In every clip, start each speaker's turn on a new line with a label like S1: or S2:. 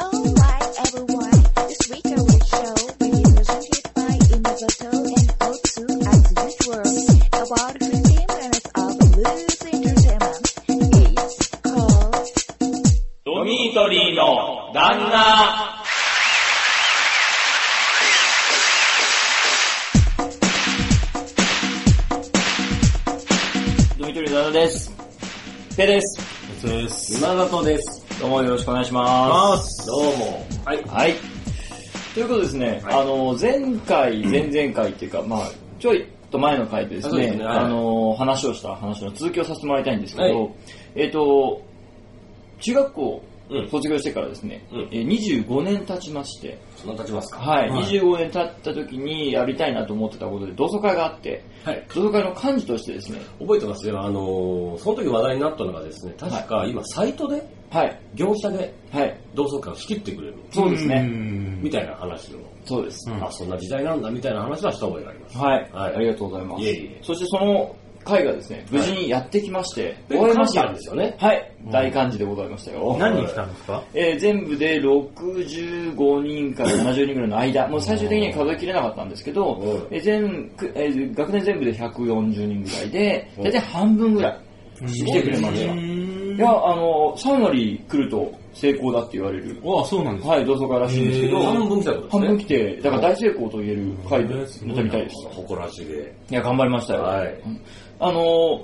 S1: Oh my everyone, this week I will show video presented by Innovato and O2 as usual about 15 minutes of loose entertainment. It's called
S2: ドミートリーの旦那。ドミートリーの旦那です。ペです。
S3: です。
S2: 今里です。どうもよろしくお願いし
S3: ま
S2: ます。
S3: す。どうも。はい。
S2: はい。ということですね、
S3: はい
S2: あの、前回、前々回っていうか、まあ、ちょいと前の回でです
S3: あそうで
S2: ね、
S3: すねはい
S2: あの、話をした話の続きをさせてもらいたいんですけど、
S3: はい
S2: えっ、と、中学校
S3: うん
S2: 卒業してからですね、
S3: うん
S2: えー25年経ちまして、
S3: そんな立ちますか
S2: はい、25年経った時にやりたいなと思ってたことで同窓会があって、
S3: はい。
S2: 同窓会の幹事としてですね、
S3: 覚えてますよ。あのー、その時話題になったのがですね、確か今サイトで、
S2: はい、
S3: 業者で
S2: はい、
S3: 同窓会を仕切ってくれる。
S2: そうですね、
S3: みたいな話を、
S2: そうです、
S3: あ、そんな時代なんだみたいな話はした覚えがあります。
S2: はい、
S3: はい
S2: ありがとうございます。
S3: いえいえ
S2: そしてその会がですね、無事にやってきまして、終わりまし
S3: した
S2: た
S3: んで。すよね。
S2: はい、大幹事でございましたよ。
S4: 何人来たんですか
S2: えー全部で65人から70人ぐらいの間、もう最終的には数えきれなかったんですけど
S3: うん、
S2: えー全くえー学年全部で140人ぐらいで、大体半分ぐらい来てくれました。いや、あの、3割来ると成功だって言われる、
S4: ああ、そうなんですか。
S2: はい、同窓会らしいんですけど、
S3: 半分来たことです
S2: 半
S3: ね。
S2: 分来て、だから大成功と言える回だったみたいです。
S3: 誇らしげ。
S2: いや、頑張りましたよ。
S3: はい
S2: あの、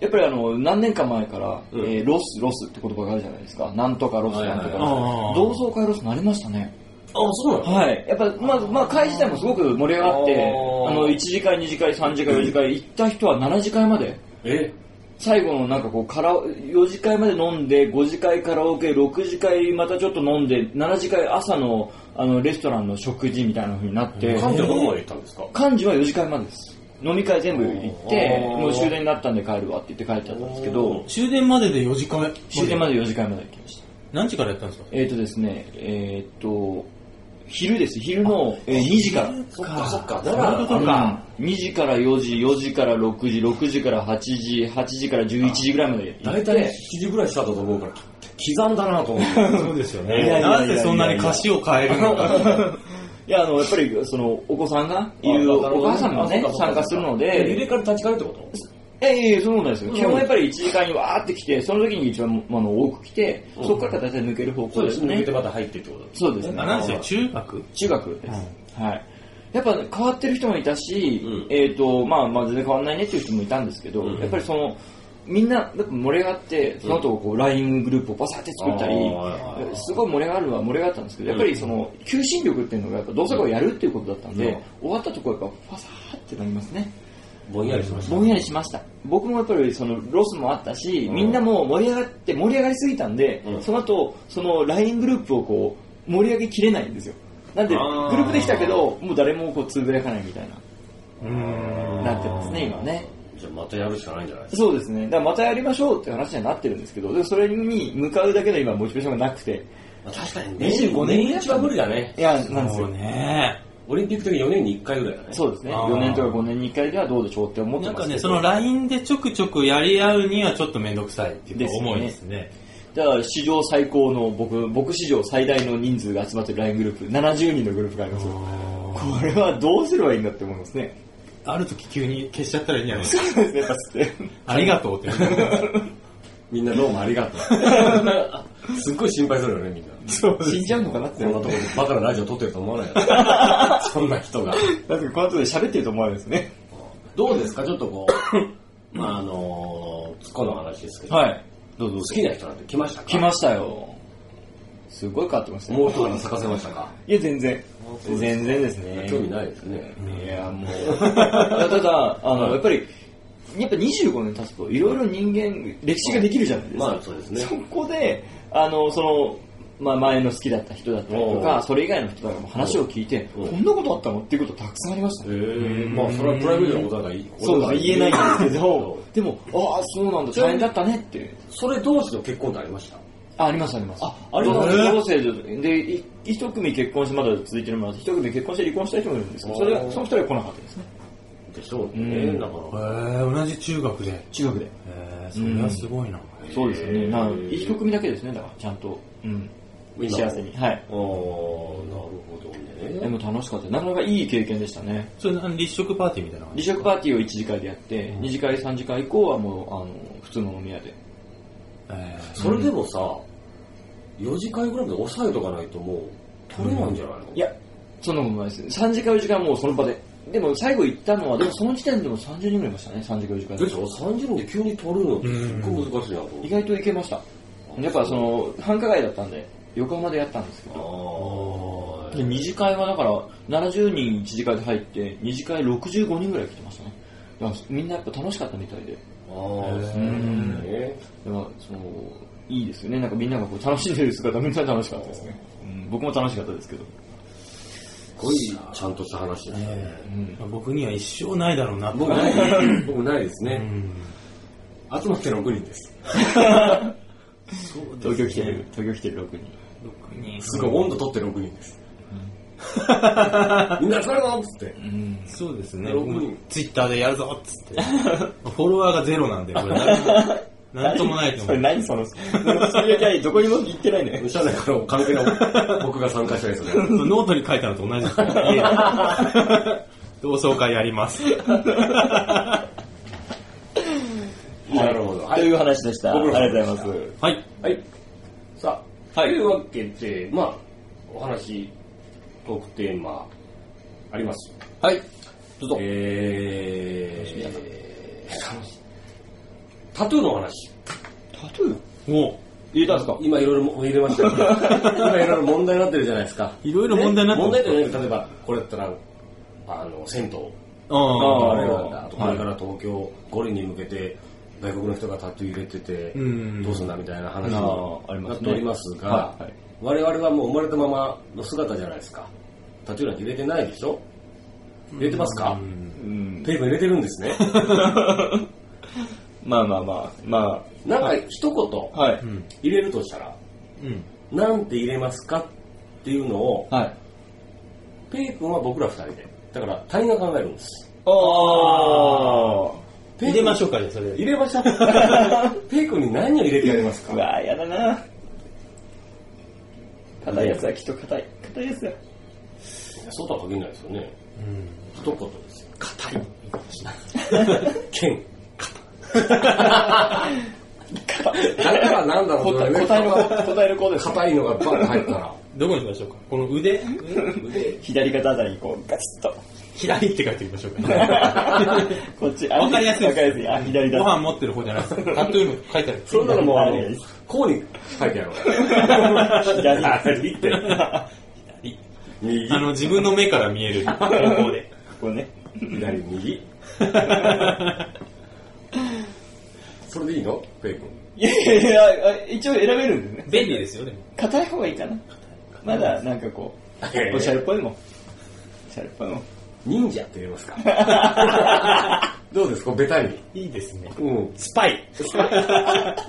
S2: やっぱりあの、何年か前から、
S3: うん
S2: えーロス、ロスって言葉があるじゃないですか。なんとかロス、
S3: はいは
S2: ないんとか
S4: あ
S2: ロ
S4: あ
S2: ス。同窓会ロスなりましたね。
S3: あ、そうなの
S2: はい。やっぱ、まあ、まあ、会自体もすごく盛り上がって、
S3: ああ
S2: あの、1次会、2次会、3次会、4次会、行った人は7次会まで、
S3: え
S2: 最後のなんかこう、カラオ4次会まで飲んで、5次会カラオケ、6次会またちょっと飲んで、7次会朝の、あの、レストランの食事みたいな風になって、
S3: 彼女どこまで行ったんですか
S2: 幹事は4時間までです飲み会全部行って
S3: おー
S2: もう終電になったんで帰るわって言って帰っちゃったんですけど
S3: お
S4: 終電までで4時間。
S2: 終電まで4時間まで行きました
S4: 何時からやったんですか
S2: えっ、ー、とですねえっ、ー、と昼です昼の、えー2時から
S3: そっかそっか。だ
S4: だ
S3: か
S4: から
S2: と
S4: ら、
S2: か2時から4時4時から6時6時から8時8時から11時ぐらいまで行
S3: 大
S2: って
S3: 体7時ぐらいスタートだと思うから、刻んだなと思って。
S4: そうですよ
S2: いやいやいやいや
S4: なんでそんなに歌詞を変えるのか。
S2: いやあのやっぱりそのお子さんがいるお母さんがね参加するので
S3: リレーから立ち返るってこと
S2: いやいやいや、そうなんですよ。
S3: ん
S2: 基本やっぱり1時間にわーって来て、その時に一番あの多く来て、
S3: うん
S2: そこから大体抜ける方向です
S3: 抜け
S2: ね
S3: て。また入ってってこと
S2: そうですね
S4: あ。なんですよ、中学
S2: 中学です。はい。やっぱ変わってる人もいたし、
S3: うん
S2: えっ、と、まあまあ全然変わんないねっていう人もいたんですけど、
S3: うん
S2: やっぱりその、みんなやっぱ盛り上がって、その後こう LINE グループをバサって作ったり
S3: あーはいはい、
S2: すごい盛り上がるは盛り上がったんですけど、やっぱりその、求心力っていうのがやっぱ同窓会をやるっていうことだったんで、終わったとこやっぱファサーってなりますね。
S3: ぼんやりしてました。
S2: ぼんやりしました。僕もやっぱりそのロスもあったし、みんなもう盛り上がって盛り上がりすぎたんで、
S3: うん
S2: その後、その LINE グループをこう、盛り上げきれないんですよ。なんで、グ
S3: あー
S2: ループできたけど、もう誰もこう、つぶやかないみたいな、
S4: うーん。
S2: なってますね、今ね。
S3: じゃあまたやるしかないんじゃないですか。
S2: そうですね。だからまたやりましょうって話にはなってるんですけど、でもそれに向かうだけの今、モチベーションがなくて。
S3: 確かに
S2: 25年
S3: 年一は無理だね。
S2: いや、なんです
S4: そ
S2: よ。
S4: うね。
S3: オリンピック的に4年に1回ぐらいだね。
S2: そうですね。
S4: あー
S2: 4年とか5年に1回ではどうでしょうって思って
S4: なん
S2: ま
S4: か
S2: す
S4: ね、
S2: け
S4: そ
S2: ど。
S4: の LINE でちょくちょくやり合うにはちょっとめんどくさいっていう
S2: ですよ
S4: か
S2: ね
S4: 重いですね。
S2: だから史上最高の僕、僕史上最大の人数が集まってる LINE グループ、70人のグループがありますよ。これはどうすればいいんだって思いますね。
S4: ある時急に消しちゃったらいいんじゃないで すか。
S2: そうですね、やっぱして。
S4: ありがとうって。
S3: みんなどうもありがとう。すっごい心配するよね、みんな。
S4: そう
S2: 死んじゃうのかなって
S3: こんな
S2: 思
S3: と
S2: う。
S3: ことで バカなラジオ撮ってると思わないよそんな 人が。
S2: だってこの後で喋ってると思われるんですね。
S3: どうですか、ちょっとこ う、まああのー、ツッコの話ですけど、
S2: はい。どうぞどう
S3: 好きな人なんて来ましたか
S2: 来ましたよ。すごい変わってました
S3: もう
S2: ね。
S3: 一花咲かせましたか
S2: いや、全然
S3: あ。そうです
S2: 全然ですね。
S3: 興味ないですね。
S2: いや、もう。ただ、あの、やっぱり、やっぱ25年経つと、いろいろ人間、歴史ができるじゃないですか。
S3: まあそうですね
S2: そこで、あの、その、まあ、前の好きだった人だったりと
S3: お
S2: か、
S3: う
S2: それ以外の人とかも話を聞いて、こ
S3: うん
S2: んなことあったのっていうことたくさんありましたね。
S3: ええ、まあそれはプライベートなことだからいい
S2: そうだ、言えないんですけ
S3: そ
S2: ど、でも、ああ、そうなんだ、
S3: ちな
S2: 大
S3: み
S2: 変
S3: に
S2: だったねって。
S3: うそれ同士の結婚ってありました
S2: あ、ありますあります。あ、
S3: あります
S2: 同性で、で、い一組結婚してまだ続いてるもの一組結婚して離婚した人もいるんですけど、それ
S3: お
S2: は、
S3: う
S2: その二人は来なかったですね。
S3: でしょう
S2: う
S3: ね。
S2: ん
S3: だから、
S4: ー、同じ中学で。
S2: 中学で。
S4: えー、それはすごいな。
S2: そうですよね。
S3: へー
S2: なん一組だけですね、だから、ちゃんと。うん。
S3: 今
S2: 幸せに。はい。
S3: おおなるほど
S2: で
S3: ね。
S2: も楽しかった。なかなかいい経験でしたね。
S4: それ何立食パーティーみたいな感
S2: 離
S4: じ
S2: 職パーティーを1次会でやって、2次会、3次会以降はもう、あの、普通の飲み屋で。
S4: えー
S3: それでもさ、4時間ぐらいまで抑えとかないともう取れないんじゃないの、
S2: いや、そんなことないです。3次会、4次会はもうその場で。でも最後行ったのは、でもその時点でも30人ぐらいいましたね、3次会、4次会
S3: でしょ ?30 分で急に取るのってすっごい難しいなと思
S2: 意外と行けました。やっぱその、繁華街だったんで、横浜でやったんですけど。
S3: う。あ
S2: で、2次会はだから、70人1次会で入って、2次会65人ぐらい来てましたね。だからみんなやっぱ楽しかったみたいで。
S3: あー、そううんだね。
S2: だからその、いいですよね。なんかみんながこう楽しんでる姿、みんな楽しかったですね。うん、僕も楽しかったですけど。
S3: すごいちゃんとした話ですね。
S2: うん。
S4: 僕には一生ないだろうなと
S3: 僕 ない、僕ないです
S4: う
S3: ね。
S4: ん
S3: 集まって6人です。
S2: 東京来てる、東京来てる6人。
S4: 僕に
S3: すごい温度取って6人です。 みんな集まるぞっつって。
S2: うん。
S4: そうですね
S3: 六人
S4: ツイッターでやるぞっつって フォロワーがゼロなんでこれ何ともないと
S2: そ
S4: 思
S2: れ
S4: う
S2: 何その、それだけどこにも行ってないね。
S3: 社内からお金が僕が参加したやつね。
S4: ノートに書いたのと同じですね家で同窓会やります
S3: なるほど。は
S2: と
S3: い。
S2: いう話でした。あ
S3: ご苦
S2: り
S3: 労
S2: が
S3: 様
S2: と
S3: で
S2: うござ
S3: した
S2: います。
S4: はい
S3: はい。さあ、
S2: はい
S3: というわけで、まあ、お話、トークテーマ、あります。
S2: はい。どうぞ。
S3: えー、楽しみタトゥーのお話。
S2: タトゥー
S4: お
S2: 入れたんですか
S3: 今いろいろも入れま したよ今いろいろ問題になってるじゃないですか。
S4: いろいろ問題になって
S3: 問
S4: ま
S3: 題
S4: す
S3: というか、例えば、これだったら、あの、銭湯。
S4: あ
S2: あ
S4: あ
S2: ー
S3: あれなんだとか、こ
S2: は
S3: れ
S2: い
S3: から東京五輪に向けて外国の人がタトゥー入れてて
S4: うん
S3: どうすんだみたいな話
S2: あ
S3: に
S2: ーありま
S3: なっ
S2: すね
S3: ておりますが
S2: はいはい
S3: 我々はもう生まれたままの姿じゃないですかタトゥーなんて入れてないでしょ入れてますか
S2: うん。
S3: ペイペイ入れてるんですね
S2: まあまあまあ、ま
S3: なんか一
S2: あ。
S3: 言
S2: はい。
S4: うん
S3: 入れるとしたら
S4: うん
S3: なんて入れますかっていうのを
S2: はい。
S3: ペイ君は僕ら二人でだから他人が考えるんです
S2: おー。
S3: ペイ
S4: 入
S3: 君
S4: れましょうかじゃあそれ
S3: 入れましょうペイ君に何を入れてやります
S2: う
S3: か
S2: わー、やだな硬いやつはきっと硬い。硬いやつだ。
S3: そうとは限らないですよね
S4: うん
S3: 一言ですよ。硬い。剣。硬だからなんだろう
S2: 答え、
S3: ね。
S2: 答えの、答えの子です。
S3: 硬いのがバンと入ったら。
S4: どこにしましょうかこの腕
S2: 左肩あたりにこう、ガチ ッと。
S4: 左って書いておきましょうか
S2: こっち、あ
S4: わかりやすい
S2: わかりやすい。あ、左
S4: ご
S2: だ。
S4: 飯持ってる方じゃないですタトゥーの書いてある
S3: そんなのもう、あの
S2: 左です、
S3: こうに書いてやろう。
S2: 左だ。
S3: 左って。右、
S4: あの自分の目から見える方向で
S2: こうね。
S3: 左、右。それでいいのペイ君。
S2: いやいやいや、一応選べるんですね。
S4: 便利ですよでも
S2: 硬い方がいいかな。まだなんかこう、おしゃれっぽいもん。おしゃれっぽいもん。
S3: 忍者って言えますかどうですかベタに。
S4: いいですね
S3: うん。
S4: スパイ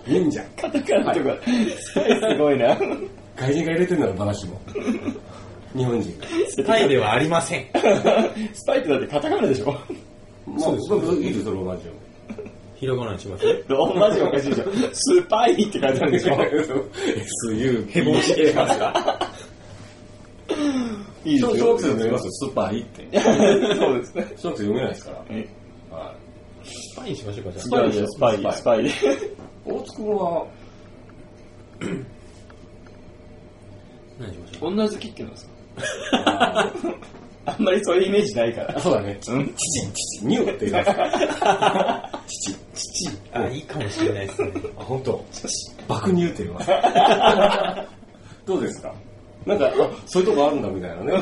S3: 忍者。
S2: カタカナとか、スパイすごいな。
S3: 外人が入れてるなら話も。日本人が。
S4: スパイではありません
S2: スパイってだってカタカナでしょ
S3: まあ、僕いいですよ、ローマ字を。
S4: ひらがなにします
S2: どうマジおかしいじゃん。スパイって書いてあるでしょ
S3: SU、
S4: ヘボシ
S3: てますか。
S2: いいです
S3: 小
S2: よ。
S3: 小学生で読みますよ、スーパーイって。
S2: そうですね。
S3: 小学生読めないですから。
S2: え
S3: は
S4: スパイにしましょうかじ
S3: ス
S4: ゃ
S3: パイで
S2: じゃ
S3: しょ
S2: あスパイ、スパイで。
S3: い。大津君は、
S4: あ何しましょう
S2: 女好きってのはさ、あんまりそういうイメージない から。
S3: そうだね、
S2: うん。
S3: 父、父、ニューって言いますから。父、父。
S4: あいいかもしれないですね
S3: あ、本当。爆乳って言います。どうですかなんか、あ、そういうとこあるんだみたいな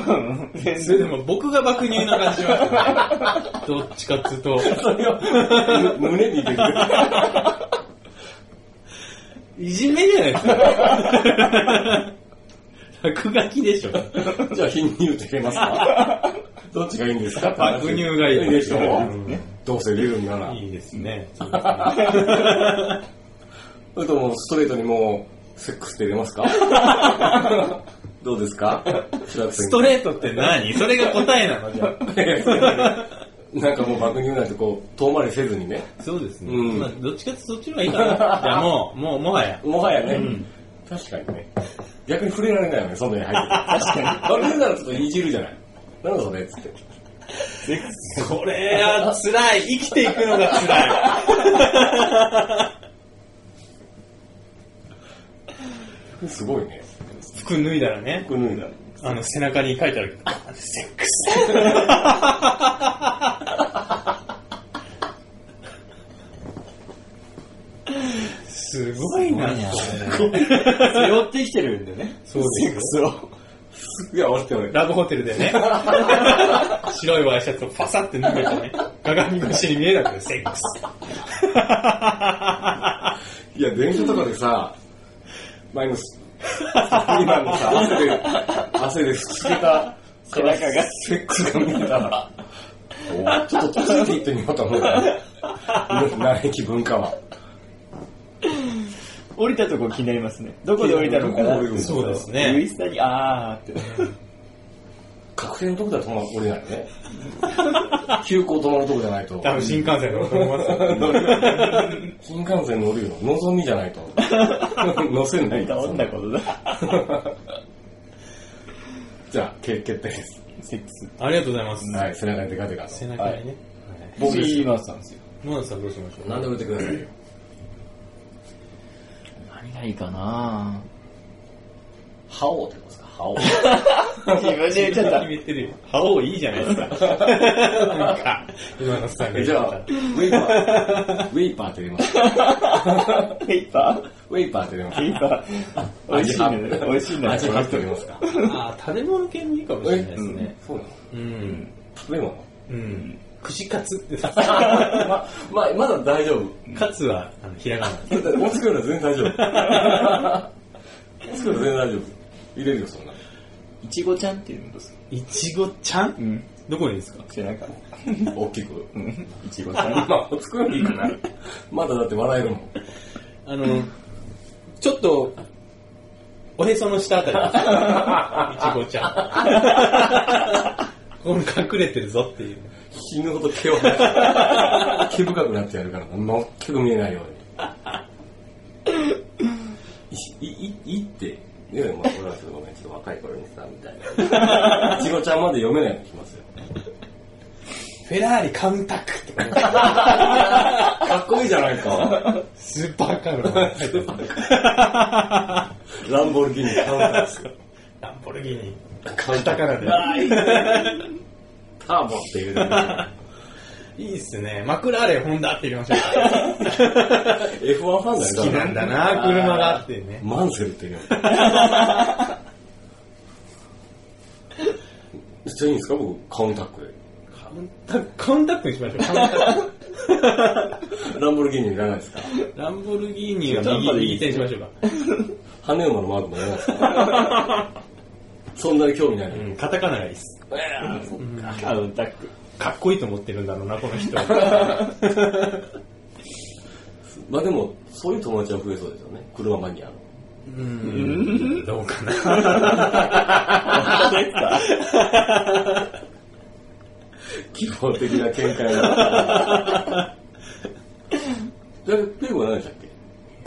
S3: ね。
S4: それでも僕が爆乳な感じしますねどっちかっつうと
S3: それをむ胸に入れてくる。
S4: いじめじゃないですか落書きでしょ
S3: じゃあ、貧乳って言えますかどっちがいいんですか
S4: 爆乳がいい
S3: いいでしょう
S4: うん
S3: どうせ出るんなら。
S4: いいですね
S3: それとも、ストレートにもう、セックスって入れますか どうですか
S4: ス
S3: ス
S4: トレートって 何それが答えなのじゃあ
S3: レートなんかもう爆乳なんてこう、遠回りせずにね。
S4: そうですね。
S3: うん
S4: ま あ、どっちかってそっちの方がいいかな。じゃあもう、もう、もはや。
S3: もはやね、
S4: ん
S3: 確かにね。逆に触れられないよね、そんなに入ってる。確かに。あれならちょっといじるじゃない。なんだそれっつって。
S4: これは辛い。生きていくのが辛い。
S3: すごいね。
S4: 服脱いだらね、
S3: 服脱いだら。
S4: あの背中に書いてあるけど、あセックス。すごいな。
S2: 寄ってきてるんでね。
S4: そうですよ。
S3: いや、俺って俺。
S4: ラブホテルでね、白いワイシャツをパサって脱げてね、鏡越しに見えなくて、セックス。
S3: いや、電車とかでさ、前の、今のさ、汗で、汗で吹きつけた背中が、セックスが見えたら、おちょっとついていってみようと思うよ。内壁文化は。
S2: 降りたとこ気になりますね。どこで降りたのか
S3: ど
S2: な
S3: こで降りるの
S4: そうです
S2: ウ
S4: ね
S2: イ。スタに、あーって。
S3: 確定のとこだと止ま降りないね。急行止まるとこじゃないと。
S4: 多分新幹線だと思い ますよ。
S3: 新幹線乗るよ。望みじゃないと。乗せないと。
S2: どんなことだ。
S3: じゃあ、決決定です。
S2: セックス。
S4: ありがとうございます。
S3: はい、背中にデカデカと。
S4: 背中にね。
S3: 僕です
S2: シーマースさんですよ。
S4: モナさんどうしましょう
S3: 何でも言ってくださいよ。
S2: 何がいいかな
S3: 覇王って言いますか覇王。
S2: 自分で言っちゃった
S4: 決。めてるよ。覇王いいじゃない ですか。なんか、今のスタイル。
S3: じゃあ、ウェイパー。ウェイパーって出ます。ウ
S2: ペーパ
S3: ェイパーって出ま
S2: ーペーパー。美味しいね。
S3: 味
S2: 美味しいんだ
S3: 味入っておりますか
S4: あー食べ物系もいいかもしれないですね。
S3: そうなの
S4: うん。
S3: 食べ物
S4: うん。串カツってさ、
S3: ま、まあ、まだ大丈夫。
S4: カツは、あの、ひらがな。
S3: もう作るのは全然大丈夫。もう作るの全然大丈夫。入れるよ、そんな。
S2: いちごちゃんっていうのどうする
S4: いちごちゃん
S2: ん。
S4: どこにですか
S2: 背中。
S3: 大きく。
S2: うん。いちごちゃん。
S3: まあ、もう作るのいいかな。まだだって笑えるもん。
S4: あの、ちょっと、おへその下あたりです。いちごちゃ ん。ここに隠れてるぞっていう。
S3: 死ぬほど毛を生やして毛深くなってやるから、全く見えないように。い、い、いいって、ねまあ、これはちょっとごめん、ちょっと若い頃にさ、みたいな。いちごちゃんまで読めないのきますよ。
S4: フェラーリカウンタックとかね、
S3: かっこいいじゃないか。
S4: スーパーカーの名前書いてある
S3: ランボルギーニカウンターですよ
S4: ランボルギーニ。
S3: カウンタ
S4: だか
S3: ー。
S4: らね。
S3: ターボっていうのが。
S4: いいっすね。マクラーレンホンダって言いましょう。
S3: F1 ファンだよ
S4: 好きなんだな、車がっていうね。
S3: マンセルっていうの。 めっちゃいいんですか僕、カウンタックで。
S4: カウンタック、カウンタックにしましょう。カウンタック
S3: ランボルギーニいらないですか
S4: ランボルギーニは
S2: ちょっと
S4: 右
S2: 後でいい
S4: 右手にしましょうか。
S3: 羽馬のマークもいらないですか そんなに興味ないの
S4: うん、カタカナがいいっす。
S2: カウンタック。
S4: かっこいいと思ってるんだろうな、この 人。
S3: まあでも、そういう友達は増えそうですよね。車マニアの。
S4: うん、どうかな。
S3: 基本的な見 解が。だけど、ペグは何でしたっけ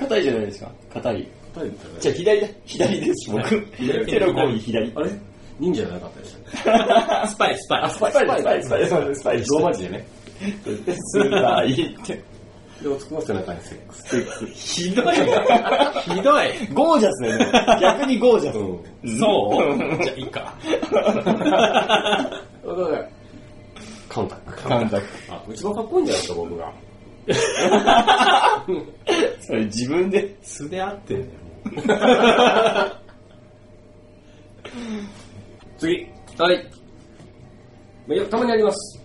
S2: 硬いじゃないですか。硬い。
S3: 誰だった
S2: じゃあ左だ。左です、僕。
S3: 左
S2: 手の甲に左。
S3: あれ忍者じゃなかったでしたっ
S4: スパイ、スパイ。
S2: スパイスパイスパイスパイスパイ
S3: けローマ字でね。
S2: スーいいって。
S3: で、男の人の中にセックス。
S4: ひどい。ひどい。
S2: ゴージャスだよね。逆にゴージャス。
S3: う
S4: そうじゃあ、いいか。
S3: ん。だから、カウンタック。
S2: カウンタック。
S3: あ、一番かっこいいんじゃないですか、僕が。
S2: それ自分で。
S4: 素で合ってるね。
S3: 次。
S2: はい。
S3: まあよたまにあります。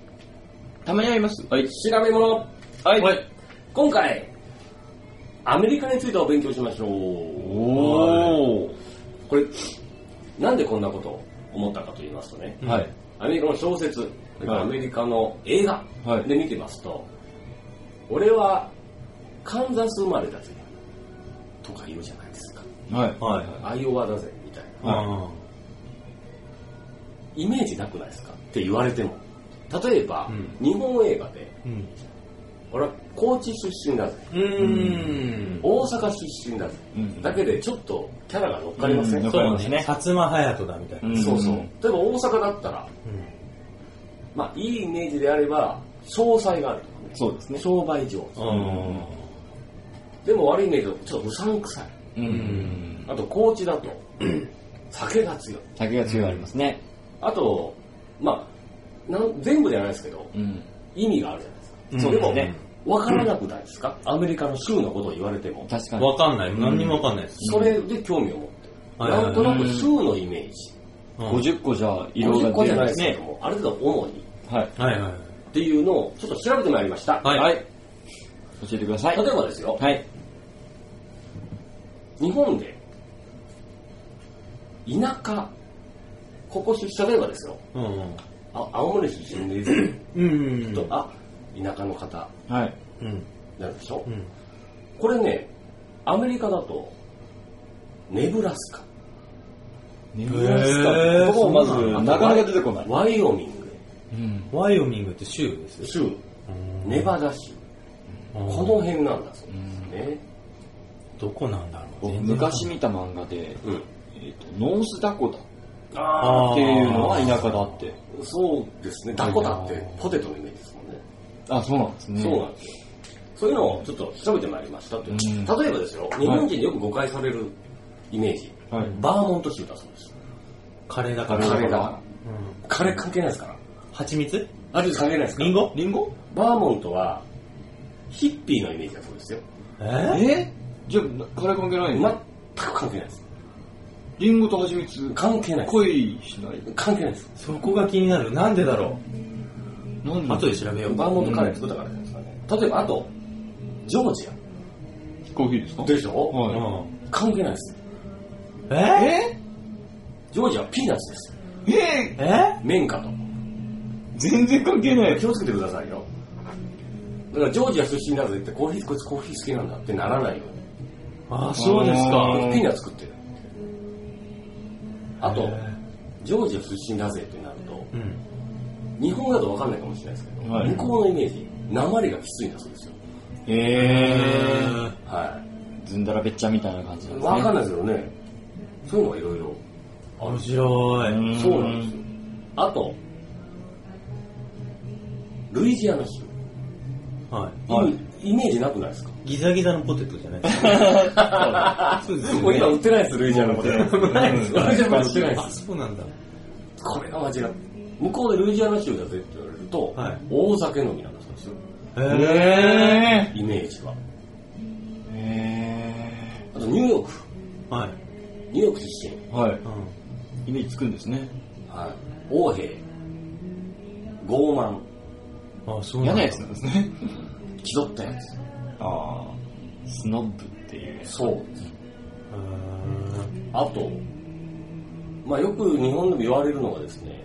S2: たまにありますはい。
S3: 調べ物。
S2: はい。
S3: 今回、アメリカについてお勉強しましょう。
S2: おー。
S3: これ、なんでこんなことを思ったかと言いますとね、
S2: はい。
S3: アメリカの小説、それからアメリカの映画
S2: はい
S3: で見てますと、俺はカンザス生まれだぜ、とか言うじゃないですか。
S2: はい。
S4: はい。
S3: アイオワだぜ、みたいな。
S4: あ
S3: イメージなくないですかって言われても。例えば、
S4: うん
S3: 日本映画で、
S4: ーうん。
S3: 俺は高知出身だぜ
S4: うーん。
S3: 大阪出身だぜ、
S2: うん
S3: だけでちょっとキャラが乗っかりません、
S2: うん
S4: そ
S2: わかり
S4: う
S2: ますね
S4: ね。薩摩隼人だみたいな。
S2: ん
S3: そうそう例えば大阪だったら、まあ、いいイメージであれば詳細があるとかね
S2: そうですね。
S3: 商売上手
S4: うん。
S3: でも悪いねんけどちょっとうさんくさい
S2: うん。
S3: あと高知だと酒が強い
S2: 酒が強いありますね。
S3: あとまあなん全部じゃないですけど
S2: うん。
S3: 意味があるじゃないですか、
S4: うん
S3: そうでも、
S4: そうですね
S3: 分からなくないですか、アメリカの州のことを言われても
S2: 確かに。
S4: わかんない。何にもわかんないです。
S3: それで興味を持ってる、
S4: はいはい
S3: な
S4: は
S3: ん
S4: い
S3: となく州のイメージ、
S4: うん
S2: 50個じゃ色
S3: 50
S2: が
S3: 個
S2: 出
S3: じ
S2: る
S3: ゃ
S2: ん
S3: ない
S2: で
S3: ですすけど
S2: ね。
S3: も、ある程度主にっ
S2: はい。
S4: はいはい。
S3: ていうのをちょっと調べてまいりました、
S4: はい
S2: はい。教えてください。
S3: 例えばですよ
S2: はい。
S3: 日本で田舎ここ出例えばですよ
S4: うん。
S3: あ青森出身です
S4: うん。
S3: と、あ田舎の方
S2: はい。
S4: うん。
S3: なるでしょ、
S4: うん。
S3: これねアメリカだとネブラスカ
S2: ネブラスカって言葉をま
S4: えー
S2: ず、
S4: そ
S2: な
S4: う
S2: かなか出てこない。
S3: ワイオミング
S2: うん。
S4: ワイオミングって州ですよ。
S3: 州ネバダ州
S4: こ
S3: この辺なんだそうですね、
S4: どこなんだろう
S2: 僕。昔見た漫画で、
S3: うん、
S2: えっと、ノースダコタっ
S3: あ
S4: あー
S2: ていうのは田舎だって。
S3: あそうですねダコタってポテトのイメージですもんね、
S2: あ、そうなんですね。
S3: そうなんですよそういうのをちょっと調べてまいりましたという
S2: うん
S3: 例えばですよ日本人でよく誤解されるイメージ、
S2: はい
S3: バーモント州だそうです
S4: カレーだか
S2: カ
S4: ら。
S2: レ
S3: カレ
S2: ー
S3: ー
S2: だ
S3: だ。
S4: うん。
S3: カレー関係ないですから
S4: 蜂蜜
S3: あれ関係ないですか
S4: リンゴ
S2: リンゴ
S3: バーモントはヒッピーのイメージだそうですよ
S4: え
S2: えじゃあ、カレー関係ない
S3: 全
S2: の
S3: く関係ないです
S2: リンゴと蜂蜜、
S3: 関係ないです
S2: 恋しない
S3: 関係ないです
S4: そこが気になる。なんでだろ
S2: なん
S4: う。後で調べよう。
S3: バーモントカレー作ったからじゃないですかね例えばあとジョージ
S2: 飛行機ですか
S3: アでしょ、
S4: う
S2: は
S4: ん。
S3: 関係ないです
S4: え
S2: え
S3: ジョージアはピーナッツです
S2: え
S4: え
S3: 綿花と
S2: 全然関係な
S3: 気をつけてくださいよだからジョージア出身だぜってコーヒーこいつコーヒー好きなんだってならないように
S4: あ、そうです
S2: う
S4: か
S2: ん。
S3: ピーナッツ作ってるあと
S4: え
S3: ジョージア出身だぜってなると
S4: うん。
S3: 日本だと分かんないかもしれないですけど、
S2: はい
S3: 向こうのイメージ鉛がきついんだそうですよ
S2: えー。
S3: は
S2: ずんだらべっちゃみたいな感じ
S3: い
S2: なん
S3: 分
S2: ですね。
S3: かんないですよねそういうのがいろいろ
S4: 面白い。
S2: うん
S3: そうなんですよあとルイジアナ州
S4: は
S3: イ,、イメージなくないですか
S4: い。ギザギザのポテトじゃないですか。そうです
S3: これ今
S4: よ
S3: 売
S4: ね。
S3: ってないですルイジアナ こと
S2: ないです
S3: ルイジアナ売ってないで
S4: あ、
S3: す
S4: そうなんだ。
S3: これが間違い向こうでルイジアナ州だぜって言われると、
S4: はい
S3: 大酒飲みなんだそうですよ
S4: え
S2: え
S3: イメージは
S2: ー。え
S3: あとニューヨーク
S4: ー。はい。
S3: ニューヨーク出身、
S2: ー。はい。
S4: うん。
S2: イメージつくんですね。
S3: はい、王兵傲慢
S4: あ、そう
S2: 嫌
S4: なん
S2: な
S4: だ。
S2: やつなんですね。
S3: 気取ったやつ
S2: あー。スノブっていう。
S3: そう
S4: うーん
S3: あと、まあ、よく日本でも言われるのがですね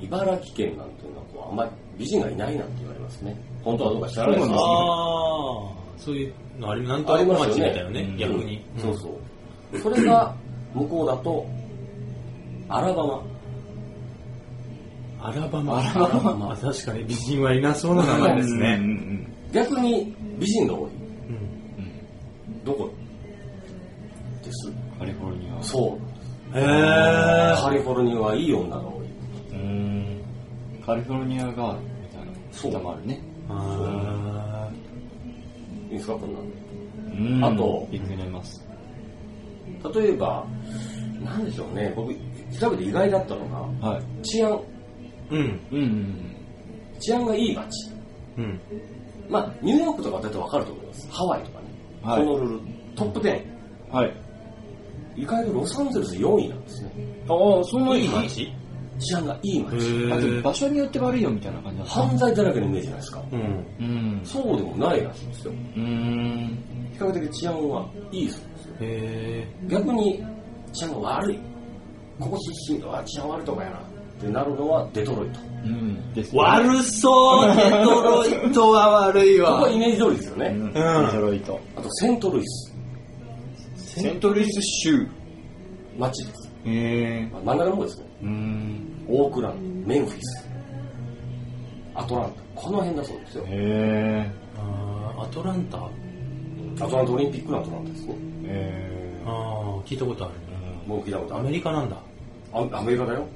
S3: 茨城県なんていうのはこうあんまり美人がいないなんて言われますね本当はどうか知らないですけ
S2: そう
S3: ど
S4: ああ、そういうのあり、なんとなくマッチみたい
S2: ありま
S4: なね、
S2: すよ
S4: 逆
S2: ね
S4: に。
S3: うんそうそうそれが向こうだとアラバマ
S4: アラバマ。
S2: アラバ
S4: あ確かに美人はいなそうな名前です
S2: うん
S4: ね。
S3: 逆に美人が多い
S4: う
S2: う
S4: ん
S2: んうんうん
S3: どこです
S2: カリフォルニア。
S3: そう
S4: へえ。
S3: カリフォルニアはいい女が多い
S2: うん。カリフォルニアが、みたいな。
S3: そう
S2: 歌もあるね。
S4: あ
S3: いいですかこんなの
S2: うん
S3: あと
S2: いくになります。
S3: 例えば、なんでしょうね、僕、調べて意外だったのが、
S2: はい。
S3: 治安、
S4: ーうん。
S2: うんうん
S3: 治安がいい街。
S4: うん。
S3: まあ、ニューヨークとかだと分かると思います。ハワイとかね。
S2: うん。はい。
S3: ホノルル、トップ10。
S2: はい。
S3: 意外とロサンゼルス4位なんですね。
S2: ああ、そん
S4: いい街
S3: 治安がいい
S4: へ
S2: あ
S3: 街。
S2: と
S4: ー
S2: 場所によって悪いよみたいな感じなんですか
S3: 犯罪だらけのイメージじゃないですか。
S4: うん。
S2: うん。
S3: そうでもないらしいんですよ。
S2: うーん。
S3: 比較的治安はいいそうですよ。
S4: へえ。
S3: 逆に、治安が悪い。ここ出身とは治安悪いとかやな。ってなるのはデトロイト。
S2: うん。ですね。
S4: 悪そうデトロイトは悪い
S3: ここは
S4: わ。
S3: イメージ通りですよ
S2: う
S3: ね。
S2: ん。デトロイト。
S3: あと、セントルイス。
S2: セントルイス州。
S3: 街です。
S2: へえ。
S3: まあ真ん中の方ですね。
S2: うーん。
S3: オークランド、メンフィス、アトランタ、この辺だそうですよ。
S2: へえ。
S4: あーアトランタあ
S3: アトランタオリンピックのアトランタですね。
S4: あー聞いたことあるね
S3: もう聞いたことあ
S4: ア
S3: る
S4: メリカなんだ
S3: あアメリカだよ。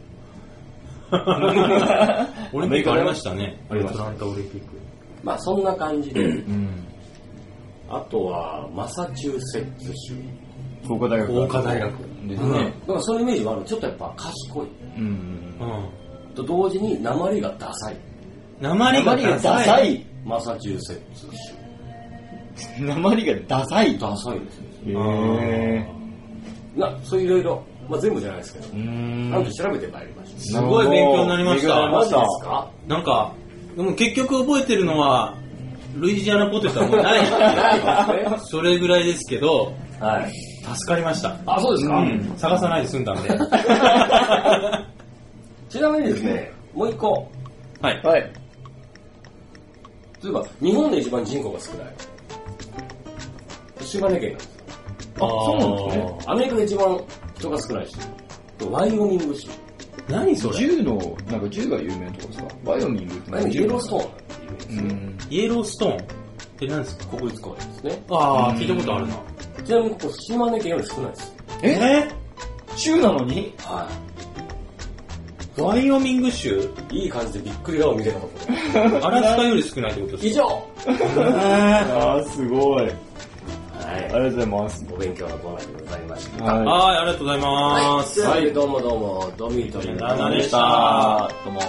S4: オリンピックありましたね
S3: アメリカだよ
S4: アトランタオリンピック
S3: まあそんな感じで。
S2: うん。
S3: あとは、マサチューセッツ州。
S2: 福岡大学。
S4: 福岡大学
S2: です
S4: うん
S2: ね。
S3: なんかそういうイメージはある。ちょっとやっぱ賢い。
S2: うん。
S4: うん
S3: と同時に、鉛がダサい。
S4: 鉛がダサい
S2: い。
S3: マサチューセッツ州。
S2: 鉛がダサい。
S3: ダサいですね。
S2: へ
S4: ー
S3: な、そういろいろ。まあ全部じゃないですけど。
S2: うん
S3: なんと調べてまいりました。
S4: すごい勉強になりました
S2: 勉強になりま
S3: マ
S2: し
S3: ジ
S2: た
S3: ですか
S4: なんかでも結局覚えてるのはルイジアナポテトはもうない それぐらいですけど
S3: はい。
S4: 助かりました
S3: あ、そうですか、
S4: うん探さないで済んだん で
S3: ちなみにですね、もう一個。
S4: はい
S2: はい。
S3: 例えば、日本で一番人口が少ない。島根県なんですよ。
S4: あそう
S2: なんです
S3: アメリカで一番人が少ないし。ワイオミング州。
S4: 何それ
S2: 銃の、なんか銃が有名なとこですかワイオミングって
S3: ワイオミングイエローストーンっていう
S2: ーン。
S4: イエローストーンって何ですか
S3: 国立公園ですね。
S4: ああ
S2: うん
S4: 聞いたことあるな
S3: ちなみにここ島根県より少ないです。
S2: え銃なのに
S3: は
S4: ワイオミング 州
S3: い。いい感じでびっくり顔見せたところ。
S4: アラスカより少ないってことで
S3: 以
S4: す
S3: 上
S2: あー、すごい。あり
S3: は
S2: がとうございます。
S3: い。お勉強のコーナーでございました。
S4: か
S2: は
S4: はいありがとうございます
S3: はい。どうもどうも、ドミートリー
S4: さよなら
S2: い。
S4: でした
S2: どうも。